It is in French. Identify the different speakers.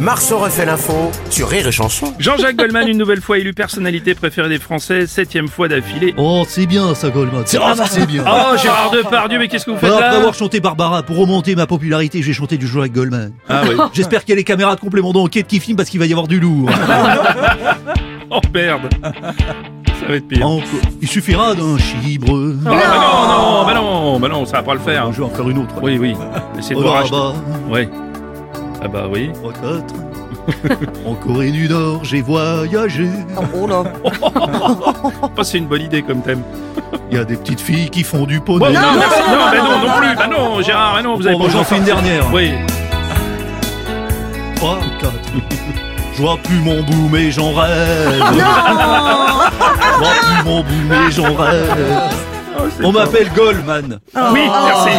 Speaker 1: Marceau refait l'info sur Rire et Chanson.
Speaker 2: Jean-Jacques Goldman, une nouvelle fois élu personnalité préférée des Français, septième fois d'affilée.
Speaker 3: Oh, c'est bien ça, Goldman. C'est ah, c'est bien.
Speaker 2: Oh, Gérard Depardieu, mais qu'est-ce que vous faites
Speaker 3: Après
Speaker 2: là
Speaker 3: avoir chanté Barbara, pour remonter ma popularité, j'ai chanté du Jean-Jacques Goldman.
Speaker 2: Ah oui.
Speaker 3: J'espère qu'il y a les caméras de complément d'enquête qui filment parce qu'il va y avoir du lourd.
Speaker 2: Ah, Oh merde Ça va être pire.
Speaker 3: Enco- Il suffira d'un chibre.
Speaker 2: Oh, bah non, non, bah non, bah non, ça va pas le faire.
Speaker 3: On joue encore une autre.
Speaker 2: Oui, oui. Essayez de
Speaker 3: Oh,
Speaker 2: vous
Speaker 3: là
Speaker 2: racheter.
Speaker 3: bas,
Speaker 2: Oui. Ah bah oui.
Speaker 3: trois, quatre. en Corée du Nord, j'ai voyagé.
Speaker 2: Oh, c'est une bonne idée comme thème.
Speaker 3: Il y a des petites filles qui font du
Speaker 2: Bon,
Speaker 3: poney.
Speaker 2: non, merci. Non, bah non, non plus. Bah non, Gérard, bah non, vous avez
Speaker 3: Bon, bah,
Speaker 2: pas
Speaker 3: j'en
Speaker 2: le
Speaker 3: fais une
Speaker 2: temps.
Speaker 3: dernière.
Speaker 2: Oui.
Speaker 3: Trois, quatre. Je vois plus mon bout, mais j'en rêve. Je vois plus mon bout, mais j'en rêve.
Speaker 2: Oh, c'est
Speaker 3: On
Speaker 2: fort.
Speaker 3: m'appelle Goldman.
Speaker 2: Oui, merci.